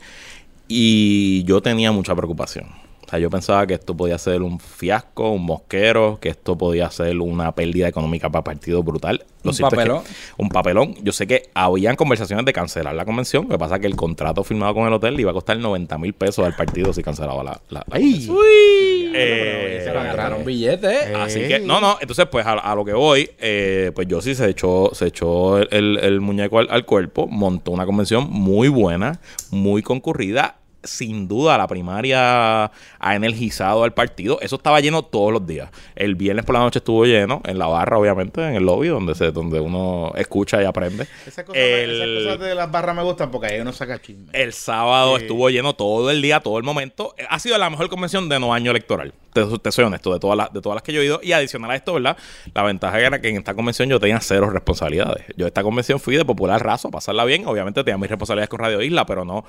D: y yo tenía mucha preocupación. O sea, yo pensaba que esto podía ser un fiasco, un mosquero, que esto podía ser una pérdida económica para el partido brutal. Lo
F: Un
D: cierto es que-
F: papelón.
D: un papelón. Yo sé que habían conversaciones de cancelar la convención. Lo que pasa es que el contrato firmado con el hotel le iba a costar 90 mil pesos al partido si cancelaba la, la, la convención. Eh,
F: Se gastaron billetes, ¿eh?
D: Así que, no, no, entonces, pues a, a lo que voy, eh, pues yo sí se echó, se echó el, el- el muñeco al, al cuerpo, montó una convención muy buena, muy concurrida. Sin duda, la primaria ha energizado al partido. Eso estaba lleno todos los días. El viernes por la noche estuvo lleno, en la barra, obviamente, en el lobby, donde se, donde uno escucha y aprende.
C: Esas cosas, esas
D: El-
C: cosas de las barras me gustan porque ahí uno saca chisme.
D: el sábado estuvo lleno todo el día, todo el momento. Eh, Ha sido la mejor convención de no año electoral. Te, te soy honesto, de todas, las, de todas las que yo he ido. Y adicional a esto, ¿verdad? La ventaja era que en esta convención yo tenía cero responsabilidades. Yo a esta convención fui de popular raso, a pasarla bien. Obviamente tenía mis responsabilidades con Radio Isla, pero no.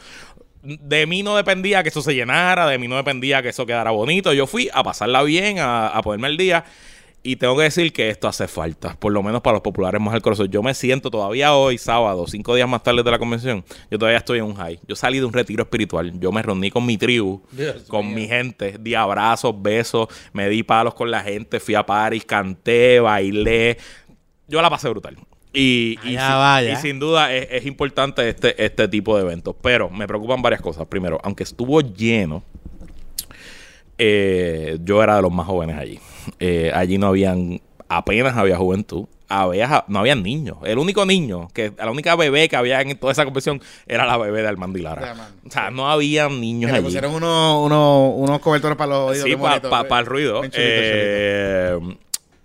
D: De mí no dependía que eso se llenara, de mí no dependía que eso quedara bonito. Yo fui a pasarla bien, a, a ponerme al día. Y tengo que decir que esto hace falta, por lo menos para los populares más alcorosos. Yo me siento todavía hoy, sábado, cinco días más tarde de la convención, yo todavía estoy en un high. Yo salí de un retiro espiritual, yo me reuní con mi tribu, con mi gente, di abrazos, besos, me di palos con la gente, fui a París, canté, bailé. Yo la pasé brutal. Y, y,
G: Allá
D: sin,
G: vaya.
D: y sin duda es, es importante este, este tipo de eventos. Pero me preocupan varias cosas. Primero, aunque estuvo lleno, eh, yo era de los más jóvenes allí. Eh, allí no habían, apenas había juventud. Había, no había niños. El único niño, que la única bebé que había en toda esa convención era la bebé de Armando y Lara.
C: De Armando.
D: O sea, no había niños
C: Que le
D: allí.
C: pusieron uno- uno- unos cobertores para los oídos.
D: Sí,
C: qué
D: para
C: bonito.
D: el ruido.
C: Bien chulito, chulito.
D: Eh,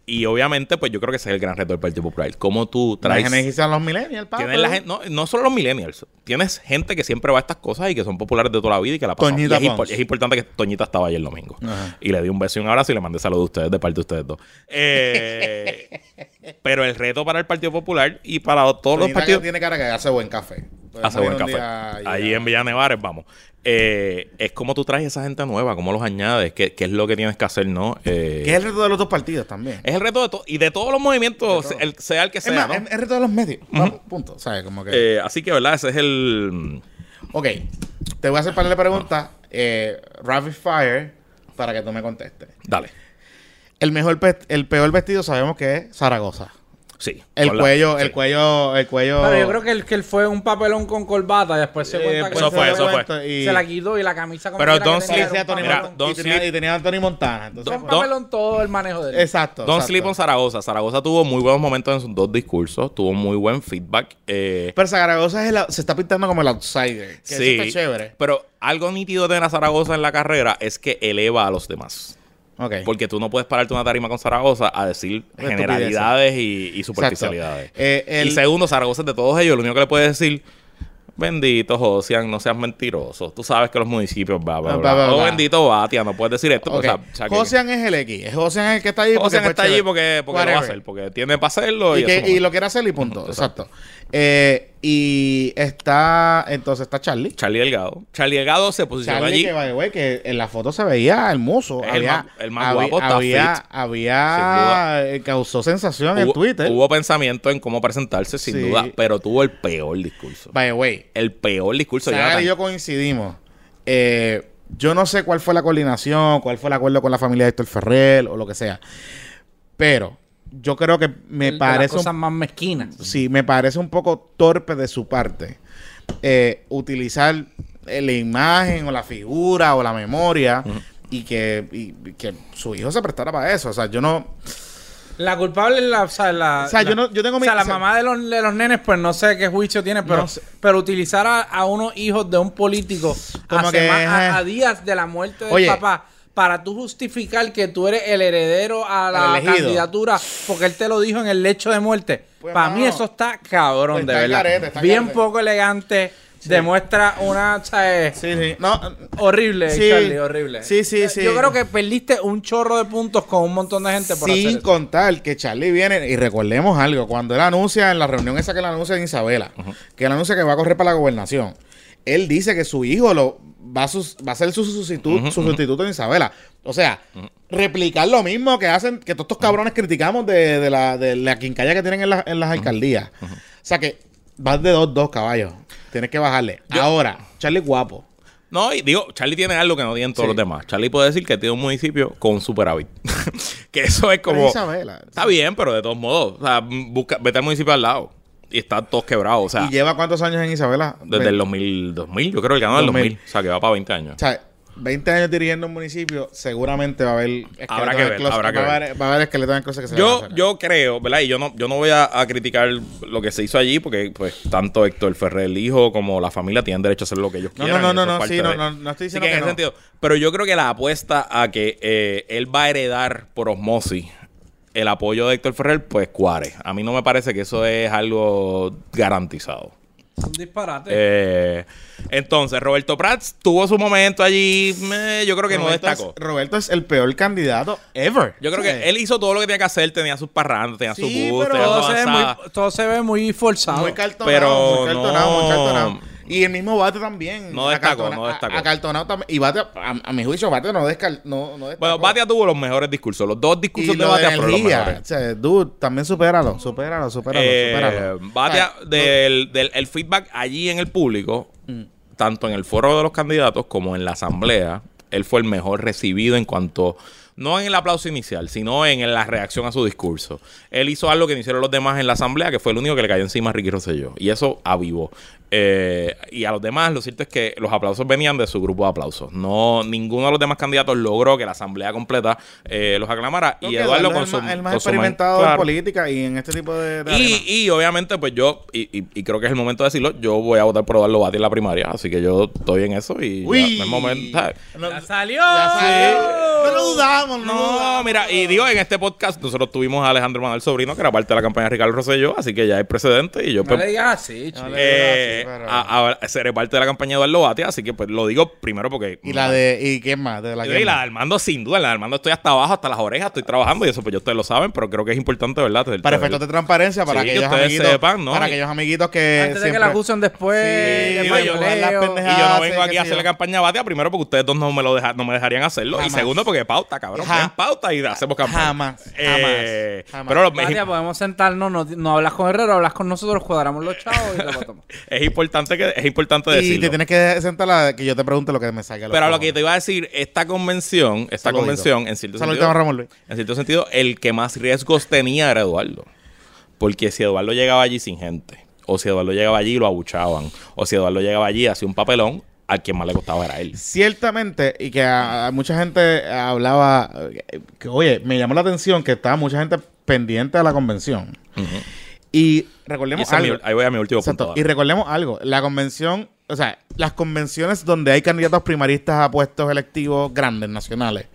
D: y obviamente, pues yo creo que ese es el gran reto del Partido Popular. ¿Cómo tú traes...
C: Dejen energizar los millennials, papá.
D: Tienes la gen- no, no solo los millennials. Tienes gente que siempre va a estas cosas y que son populares de toda la vida y que la pasan.
C: Toñita
D: Y es, impo-
C: Pons.
D: es importante que Toñita estaba ayer el domingo. Y le di un beso y un abrazo y le mandé saludos a ustedes, de parte de ustedes dos. Eh, pero el reto para el Partido Popular y para todos los
C: Toñita que
D: partidos...
C: tiene cara que hace buen café. Pues,
D: Hace
C: muy
D: buen
C: un
D: café.
C: día y
D: Allí
C: ya.
D: en Villa Nevares, vamos. Eh, es como tú traes esa gente nueva, cómo los añades, qué, qué es lo que tienes que hacer, ¿no? Eh,
C: Que es el reto de los dos partidos también.
D: es el reto de todo y de todos los movimientos,
C: De todo.
D: el- sea el que
C: Es
D: sea.
C: más,
D: ¿no?
C: es el reto de los medios. Vamos, punto. ¿Sabes? Como que...
D: Eh, así que, ¿verdad? Ese es el. mm,
C: Ok, te voy a hacer para la pregunta, eh, rapid fire, para que tú me contestes.
D: Dale.
C: El mejor, pes- el peor vestido sabemos que es Zaragoza.
D: Sí.
C: El
D: Hola.
C: cuello,
D: Sí.
C: el cuello, el cuello.
F: Pero yo creo que él, que él fue un papelón con corbata y después se
C: Eh,
F: cuenta que
C: pues
D: Eso
F: se
D: fue,
F: la-
D: eso fue.
C: cuento Y,
F: Se la quitó y la camisa como
D: Pero
F: quiera que
D: Don
F: tenía
C: y
F: era
D: Sleep-
C: decía
F: un
C: Tony
D: Mira,
F: papelón.
C: Montana,
D: Don
C: y, tenía,
D: Sleep-
C: y tenía a Tony Montana. Entonces,
F: Fue un
C: pues,
F: papelón todo el manejo de él.
C: exacto.
D: Don
C: exacto.
D: Sleep on Zaragoza. Zaragoza tuvo muy buenos momentos en sus dos discursos, tuvo muy buen feedback. Eh,
C: Pero Zaragoza es el, se está pintando como el outsider. Que
D: sí,
C: Eso está chévere.
D: pero algo nítido de tener a Zaragoza en la carrera es que eleva a los demás.
C: Ok.
D: Porque tú no puedes pararte una tarima con Zaragoza a decir
C: Estupideces.
D: generalidades y, y superficialidades.
C: Exacto. Eh, el-
D: Y segundo, Zaragoza es de todos ellos, lo único que le puedes decir, bendito Josian, no seas mentiroso. Tú sabes que los municipios, bla, bla,
C: Ah,
D: bla.
C: bla, bla,
D: O
C: bla.
D: bendito Batia, no puedes decir esto.
C: Ok.
D: pues, o sea, o sea, que-
C: Josean es el X. Josean es el que está ahí.
D: Josian
C: pues,
D: está allí
C: chévere.
D: porque, porque lo va a
C: Whatever.
D: hacer, porque tiene para hacerlo.
C: y,
D: Y,
C: que-
D: eso-
C: y lo quiere hacer y punto. Exacto. Eh, Y está, entonces está Charlie.
D: Charlie Delgado. Charlie Delgado se posicionó
C: Charlie,
D: allí.
C: que, by the way, que en la foto se veía hermoso.
D: Es el
C: había,
D: más- el más
C: había-
D: guapo, está
C: había,
D: fit.
C: había- eh, causó sensación en
D: Hubo,
C: Twitter.
D: hubo pensamiento en cómo presentarse, sin
C: Sí.
D: duda, pero tuvo el peor discurso.
C: By the way,
D: El peor discurso.
C: Sara
D: Jonathan.
C: y yo coincidimos. Eh, yo no sé cuál fue la coordinación, cuál fue el acuerdo con la familia de Héctor Ferrer o lo que sea. Pero yo creo que me
F: de
C: parece
F: las
C: un
F: cosas más mezquinas.
C: sí, me parece un poco torpe de su parte eh, utilizar eh, la imagen o la figura o la memoria y, que, y- y que su hijo se prestara para eso. O sea, yo no.
F: La culpable es la. O sea, la-
C: O sea,
F: la-
C: yo no- yo tengo
F: o
C: mi-
F: sea, la
C: o sea-
F: mamá de los, de los nenes, pues no sé qué juicio tiene, pero, pero utilizar a, a unos hijos de un político
C: Como
F: a,
C: que,
F: sema- a-
C: eh.
F: a días de la muerte del
C: Oye.
F: papá para tú justificar que tú eres el heredero a la
C: Al elegido.
F: candidatura porque él te lo dijo en el lecho de muerte.
C: Pues,
F: para mí
C: mano,
F: eso está cabrón,
C: pues,
F: de
C: está
F: verdad.
C: careta, está
F: Bien
C: careta.
F: poco elegante, demuestra una. o sea, eh,
C: Sí, sí. No,
F: Horrible,
C: Sí.
F: Charlie, horrible.
C: Sí, sí,
F: Yo-
C: sí.
F: Yo creo que perdiste un chorro de puntos con un montón de gente por hacer
C: Sin
F: eso.
C: contar que Charlie viene, y recordemos algo, cuando él anuncia en la reunión esa que él anuncia en Isabela, que él anuncia que va a correr para la gobernación, él dice que su hijo lo va a, sus- va a ser su, sustitu- su sustituto en Isabela. O sea, replicar lo mismo que hacen, que todos estos cabrones criticamos de, de la, de la quincalla que tienen en, la- en las alcaldías. O sea que vas de dos, dos caballos. Tienes que bajarle. Ahora, Charlie es guapo.
D: No, y digo, Charlie tiene algo que no tienen todos
C: Sí.
D: los demás. Charlie puede decir que tiene un municipio con superávit. que eso es como.
C: Pero Isabela.
D: Está bien, pero de todos modos. O sea, busca, vete al municipio al lado. Y está todos quebrados. O sea,
F: Ah.
C: ¿Y lleva cuántos años en Isabela?
D: desde el 2000, 2000, yo creo que ganó el 2000.
C: 2000.
D: O sea, que va para 20 años.
C: O sea, 20 años dirigiendo un municipio, seguramente va a haber esqueletos
D: Habrá que
C: en el
D: ver,
C: closet,
D: habrá que
C: va a
D: ver.
C: haber- va a haber esqueletos en el closet que se le van a
D: Yo,
C: sacar.
D: yo creo, ¿verdad? Y yo no, yo no voy a, a criticar lo que se hizo allí, porque pues tanto Héctor Ferrer, el hijo, como la familia tienen derecho a hacer lo que ellos
C: No,
D: quieran.
C: no, no,
D: y eso
C: no,
D: es
C: no,
D: parte
C: sí, no,
D: de-
C: no, no estoy
D: Así
C: diciendo que
D: en ese
C: no.
D: sentido. Pero yo creo que la apuesta a que eh, él va a heredar por osmosis el apoyo de Héctor Ferrer, pues cuare. A mí no me parece que eso es algo garantizado.
F: Un disparate.
D: Eh, entonces, Roberto Prats tuvo su momento allí. meh, yo creo que
C: Roberto
D: no destacó.
C: Es, Roberto es el peor candidato ever.
D: Yo creo
C: Sí.
D: que él hizo todo lo que tenía que hacer, tenía sus parrandas, tenía
C: Sí,
D: su bus,
C: pero
D: tenía
F: todo,
D: su
F: se ve
D: avanzada.
F: muy, todo se ve muy forzado.
C: muy cartonado,
D: pero
C: muy cartonado, muy
D: no-
C: cartonado. Y el mismo Bate también.
D: No destacó,
C: Acartona-
D: no destacó.
C: a- Acartonado también. Y Bate, a, a mi juicio, Bate no, descal, no, no destacó.
D: Bueno, Batia tuvo los mejores discursos. Los dos
C: y
D: discursos
C: lo
D: de
C: de
D: Batia fueron los
C: energía. O
D: mejores.
C: sea, dude, también supéralo, supéralo, supéralo,
D: Eh,
C: supéralo.
D: Batia,
C: O sea,
D: del, del- el feedback allí en el público, tanto en el foro de los candidatos como en la asamblea, él fue el mejor recibido en cuanto, no en el aplauso inicial, sino en la reacción a su discurso. Él hizo algo que no hicieron los demás en la asamblea, que fue el único que le cayó encima a Ricky Rosselló. Y eso avivó. Eh, y a los demás, lo cierto es que los aplausos venían de su grupo de aplausos. No, ninguno de los demás candidatos logró que la asamblea completa eh, los aclamara.
C: no,
D: y
C: que
D: Eduardo
C: Eduardo
D: con
C: es
D: su...
C: el más- el más
D: con su man-
C: experimentado en
D: Claro.
C: política y en este tipo de... de arenas.
D: Y, y obviamente, pues yo, y, y- y creo que es el momento de decirlo, yo voy a votar por Eduardo Bati en la primaria, así que yo estoy en eso y ya,
C: Uy.
D: no es momento. ¿sabes?
C: No,
F: ¡Ya salió!
C: ya salió. No lo dudamos, no, lo
D: No,
C: dudamos.
D: mira, y digo, en este podcast nosotros tuvimos a Alejandro Manuel Sobrino, que era parte de la campaña de Ricardo Rosselló, así que ya hay precedente y yo
F: No
D: pues,
F: le digas así, chico.
D: eh,
C: Pero-
D: a- a- seré parte de la campaña de Eduardo Bati, así que pues lo digo primero porque...
C: Y la de. ¿Y qué más? De la
D: Yo, y
C: que
D: la de
C: más.
D: Armando, sin duda, la de Armando estoy hasta abajo, hasta las orejas, estoy trabajando y eso pues ya ustedes lo saben, pero creo que es importante, ¿verdad?
C: Para efectos de transparencia, para
D: Sí,
C: aquellos
D: ustedes
C: amiguitos.
D: sepan, ¿no?
C: Para
D: Y-
C: aquellos amiguitos que.
F: Antes de que
C: siempre-
F: la acusen después.
C: Sí,
F: de
D: digo yo,
F: mayoreo.
C: las pendejas.
D: Y yo no
C: Ah,
D: vengo
C: sí,
D: aquí
C: que
D: a
C: sí,
D: hacerle
C: yo.
D: campaña a Batia, primero porque ustedes dos no me, lo deja- no me dejarían hacerlo. Y
C: Jamás.
D: segundo porque pauta, cabrón.
C: Ja-
D: Tienen pauta y hacemos campaña.
C: Jamás,
D: Eh,
C: jamás, jamás.
D: Pero los-
F: María, podemos sentarnos, no, no hablas con Herrero, hablas con nosotros, cuadramos los chavos y lo matamos.
D: es importante, que, es importante
C: Y te
D: decirlo.
C: tienes que sentar la que yo te pregunte lo que me salga.
D: Pero lo que te iba a decir, esta convención, esta
C: Saludito.
D: convención, en cierto,
C: Saludito
D: sentido,
C: a Ramón Luis.
D: en cierto sentido, el que más riesgos tenía era Eduardo. Porque si Eduardo llegaba allí sin gente, o si Eduardo llegaba allí lo abuchaban, o si Eduardo llegaba allí hacía un papelón, al que más le costaba era él.
C: Ciertamente, y que a- a mucha gente hablaba. eh, Que, oye, me llamó la atención que estaba mucha gente pendiente a la convención. Y
D: Y
C: recordemos
D: ese es mi-
C: algo.
D: ahí voy a mi último
C: Exacto.
D: punto. ahora.
C: Y recordemos algo, la convención, o sea, las convenciones donde hay candidatos primaristas a puestos electivos grandes, nacionales,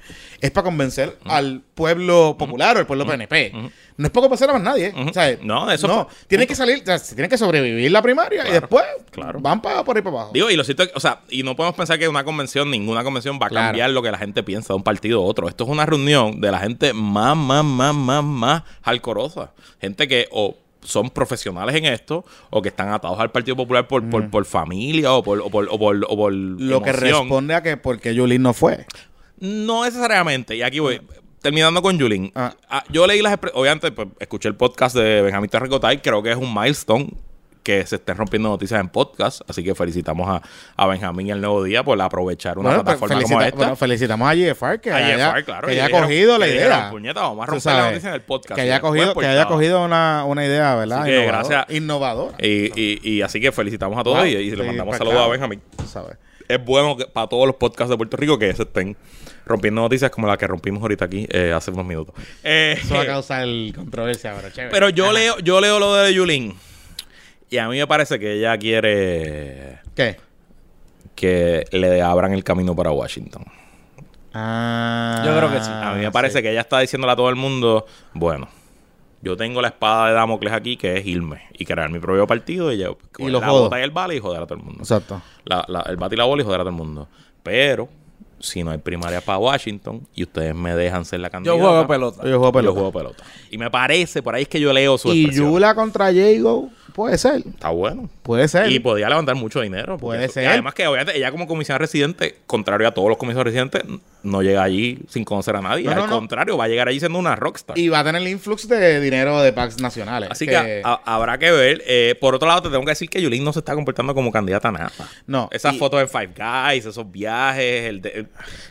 C: es para convencer al pueblo popular o al pueblo PNP. No es para convencer a más nadie.
D: Ujú.
C: o sea,
D: No, eso
C: No,
D: pa-
C: tienen que salir, o sea, se tienen que sobrevivir la primaria y después
D: claro.
C: van para por ahí para abajo.
D: Digo, y lo cierto es que- o sea, y no podemos pensar que una convención, ninguna convención va a
C: Claro.
D: cambiar lo que la gente piensa de un partido a otro. Esto es una reunión de la gente más, más, más, más, más alcorosa. Gente que o son profesionales en esto o que están atados al Partido Popular por, por, por familia o por, o por, o por- o por
C: Mm. Lo que
D: emoción.
C: responde a que porque Yulín no fue.
D: No necesariamente, y aquí voy. Terminando con Julín,
C: Ah.
D: Ah, yo leí las expre- obviamente pues, escuché el podcast de Benjamín Terracotay, creo que es un milestone que se estén rompiendo noticias en podcast, así que felicitamos a, a Benjamín y el Nuevo Día por aprovechar una
C: Bueno, pues,
D: plataforma
C: felicita-
D: como esta.
C: bueno, felicitamos a JFR que
D: A
C: haya,
D: JFR, claro,
C: que
D: ellos
C: haya
D: dijeron-
C: cogido la
D: ellos
C: idea.
D: dijeron, "Puñeta, vamos a
C: Tú
D: romper la
C: sabes,
D: noticia en el podcast".
C: Que
D: Y
C: haya
D: después,
C: cogido,
D: pues,
C: que haya
D: nada.
C: cogido una, una idea, ¿verdad?
D: Así que
C: Innovadora.
D: gracias.
C: Innovadora,
D: Y, y- y así que felicitamos a todos
C: Claro,
D: y, y le
C: sí,
D: mandamos
C: para
D: saludos
C: acá.
D: a Benjamín.
C: ¿sabes?
D: Es bueno que- para todos los podcasts de Puerto Rico que se estén rompiendo noticias como la que rompimos ahorita aquí eh, hace unos minutos. Eh,
C: Eso va a causar controversia ahora, chévere.
D: Pero yo leo, yo leo lo de Yulín. Y a mí me parece que ella quiere
C: ¿Qué?
D: que le abran el camino para Washington.
C: Ah,
F: Yo creo que sí.
D: a mí me parece que ella está diciéndole a todo el mundo, bueno, yo tengo la espada de Damocles aquí, que es irme y crear mi propio partido y, yo, coger
C: lo
D: la
C: jodo.
D: bota y el bala y joder a todo el mundo.
C: Exacto.
D: La- la- el bate y la bola y joder a todo el mundo. Pero, si no hay primaria para Washington y ustedes me dejan ser la
F: Yo
D: candidata,
F: juego pelota.
C: Yo juego
D: yo
C: pelota.
D: juego pelota. Y me parece, por ahí es que yo leo su
C: y
D: expresión.
C: Yula contra Jago, puede ser.
D: Está bueno.
C: Puede ser.
D: Y podía levantar mucho dinero. porque
C: Puede
D: eso- y
C: ser.
D: además que obviamente ella como comisionada residente, contrario a todos los comisionados residentes, no llega allí sin conocer a nadie.
C: No,
D: Al
C: no, no.
D: contrario, va a llegar allí siendo una rockstar.
C: Y va a tener el influx de dinero de packs nacionales.
D: Así que, ah, a- habrá que ver. Eh, por otro lado, te tengo que decir que Yulín no se está comportando como candidata a nada.
C: No,
D: Esas
C: y-
D: fotos de Five Guys, esos viajes, el de- el-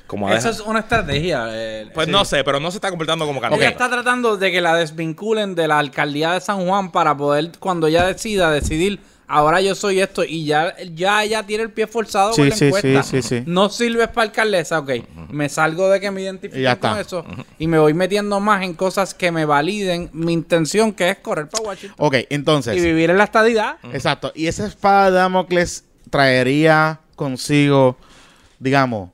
D: como
F: Eso
D: deja-
F: es una estrategia. eh,
D: Pues
F: sí.
D: no sé, pero no se está comportando como
F: Ella
D: candidata.
F: está tratando de que la desvinculen de la alcaldía de San Juan para poder, cuando ella decida, decidir, ahora yo soy esto y ya ya ella tiene el pie forzado
C: Sí,
F: con la
C: sí,
F: encuesta.
C: sí, sí, sí.
F: No sirves para alcaldesa, ok. Me salgo de que me
C: Y ya
F: identifiquen
C: está.
F: con eso y me voy metiendo más en cosas que me validen mi intención, que es correr para Washington
C: Ok, entonces.
F: y vivir en la estadidad.
C: Exacto. Y esa espada de Damocles traería consigo, digamos,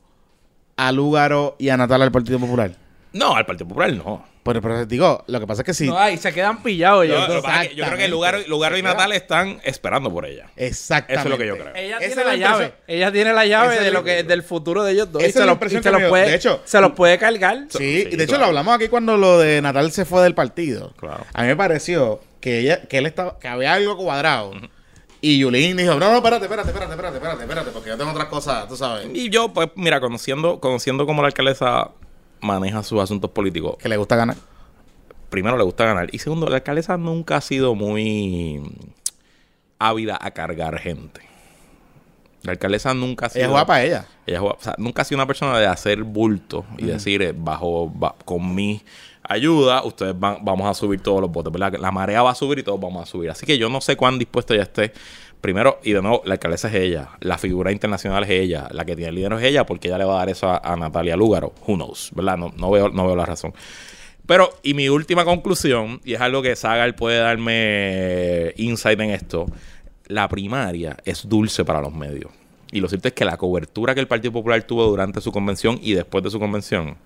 C: a Lúgaro y a Natal al Partido Popular.
D: No, al Partido Popular no.
C: Pero, pero digo, lo que pasa es que sí.
D: ah,
F: No, ahí se quedan pillados.
D: Yo,
F: yo
D: lo que pasa es que yo creo que
C: exactamente.
D: Lugaro, Lugaro y Natal están esperando por ella.
C: Exactamente.
D: Eso es lo que yo creo.
F: Ella
C: Esa
F: tiene
C: es la
F: la llave.
C: impresión-
F: Ella tiene la llave
C: Esa es
F: de
C: la
F: lo que
C: impresión.
F: del futuro de ellos dos.
C: Esa
F: Y
C: es
F: se
C: la
F: los
C: impresión
F: y se
C: que
F: los
C: me dio.
F: puede,
C: De hecho-
F: se los puede cargar.
C: Sí,
D: Sí,
C: y de hecho
D: claro.
C: lo hablamos aquí cuando lo de Natal se fue del partido.
D: Claro.
C: A mí me pareció que ella, que él estaba, que había algo cuadrado. Y Yulín dijo, no, no, espérate, espérate, espérate, espérate, espérate, espérate, porque yo tengo otras cosas, tú sabes.
D: Y yo, pues, mira, conociendo, conociendo cómo la alcaldesa maneja sus asuntos políticos,
C: Que le gusta ganar.
D: primero le gusta ganar. Y segundo, la alcaldesa nunca ha sido muy ávida a cargar gente. La alcaldesa nunca ha sido.
C: Ella juega para ella.
D: Ella juega- o sea, nunca ha sido una persona de hacer bulto y decir, eh, bajo, ba- con mi ayuda, ustedes van, vamos a subir todos los votos, ¿verdad? La marea va a subir y todos vamos a subir. Así que yo no sé cuán dispuesta ella esté. Primero, y de nuevo, la alcaldesa es ella, la figura internacional es ella, la que tiene el dinero es ella, porque ella le va a dar eso a, a Natalia Lúgaro. Who knows, ¿verdad? No, no, veo, no veo la razón. Pero, y mi última conclusión, y es algo que Sagal puede darme insight en esto, la primaria es dulce para los medios. Y lo cierto es que la cobertura que el Partido Popular tuvo durante su convención y después de su convención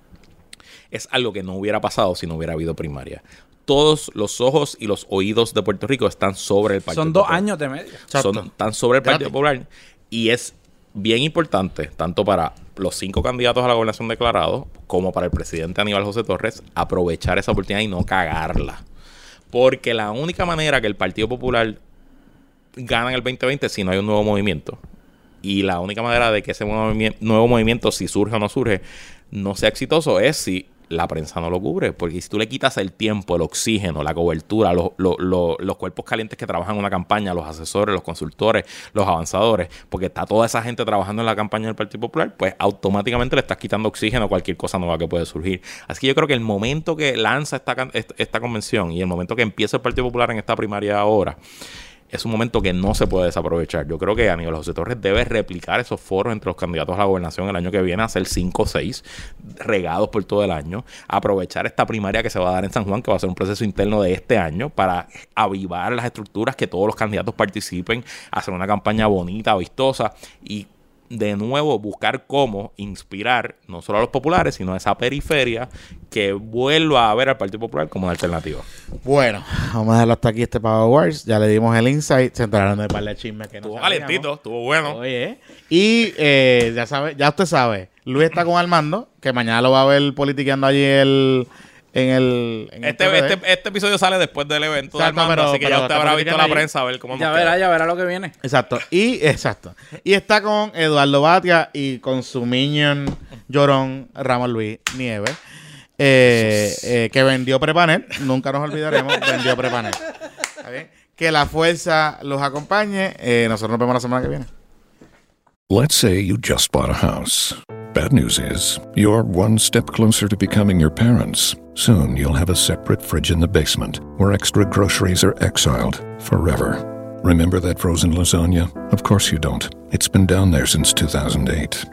D: es algo que no hubiera pasado si no hubiera habido primaria. Todos los ojos y los oídos de Puerto Rico están sobre el Partido
F: Son dos
D: Popular
F: años de media.
D: son tan sobre el
C: Gratis.
D: Partido Popular y es bien importante tanto para los cinco candidatos a la gobernación declarados como para el presidente Aníbal José Torres aprovechar esa oportunidad y no cagarla. Porque la única manera que el Partido Popular gana en el 2020 es si no hay un nuevo movimiento. Y la única manera de que ese movimi- nuevo movimiento, si surge o no surge, no sea exitoso es si la prensa no lo cubre. Porque si tú le quitas el tiempo, el oxígeno, la cobertura, los, los- los- los cuerpos calientes que trabajan en una campaña, los asesores, los consultores, los avanzadores, porque está toda esa gente trabajando en la campaña del Partido Popular, pues automáticamente le estás quitando oxígeno a cualquier cosa nueva que puede surgir. Así que yo creo que el momento que lanza esta, can- est- esta convención y el momento que empieza el Partido Popular en esta primaria ahora, es un momento que no se puede desaprovechar. Yo creo que Aníbal José Torres debe replicar esos foros entre los candidatos a la gobernación el año que viene, hacer 5 o 6 regados por todo el año, aprovechar esta primaria que se va a dar en San Juan, que va a ser un proceso interno de este año, para avivar las estructuras, que todos los candidatos participen, hacer una campaña bonita, vistosa y de nuevo buscar cómo inspirar no solo a los populares, sino a esa periferia que vuelva a ver al Partido Popular como una alternativa.
C: Bueno, vamos a dejarlo hasta aquí este Power Wars. Ya le dimos el insight. Se enteraron de par de chismes que no
D: Estuvo
C: sabíamos.
D: calentito, estuvo bueno.
C: Oye. Y eh, ya sabe, ya usted sabe, Luis está con Armando, que mañana lo va a ver politiqueando allí el, en el. en el
D: Este,
C: PPD.
D: este, este episodio sale después del evento de
C: Exacto,
D: Armando,
C: pero-
D: así que
C: pero
D: ya
C: te
D: usted habrá visto
C: publican
D: la
C: ahí.
D: prensa a ver cómo
F: Ya
D: nos
F: verá,
D: queda.
F: ya verá lo que viene.
C: Exacto. Y exacto. Y está con Eduardo Batia y con su minion llorón Ramón Luis Nieves. eh, eh, que vendió Prepanet, nunca nos olvidaremos, vendió Prepanet. ¿Está bien? Que la fuerza los acompañe. Eh, nosotros nos vemos la semana que viene.
G: Let's say you just bought a house. Bad news is, you're one step closer to becoming your parents. Soon you'll have a separate fridge in the basement where extra groceries are exiled forever. Remember that frozen lasagna? Of course you don't. It's been down there since 2008.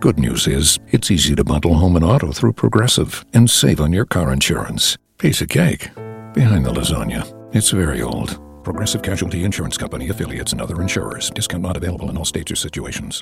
G: Good news is, it's easy to bundle home and auto through Progressive and save on your car insurance. Piece of cake. Behind the lasagna. It's very old. Progressive Casualty Insurance Company affiliates and other insurers. Discount not available in all states or situations.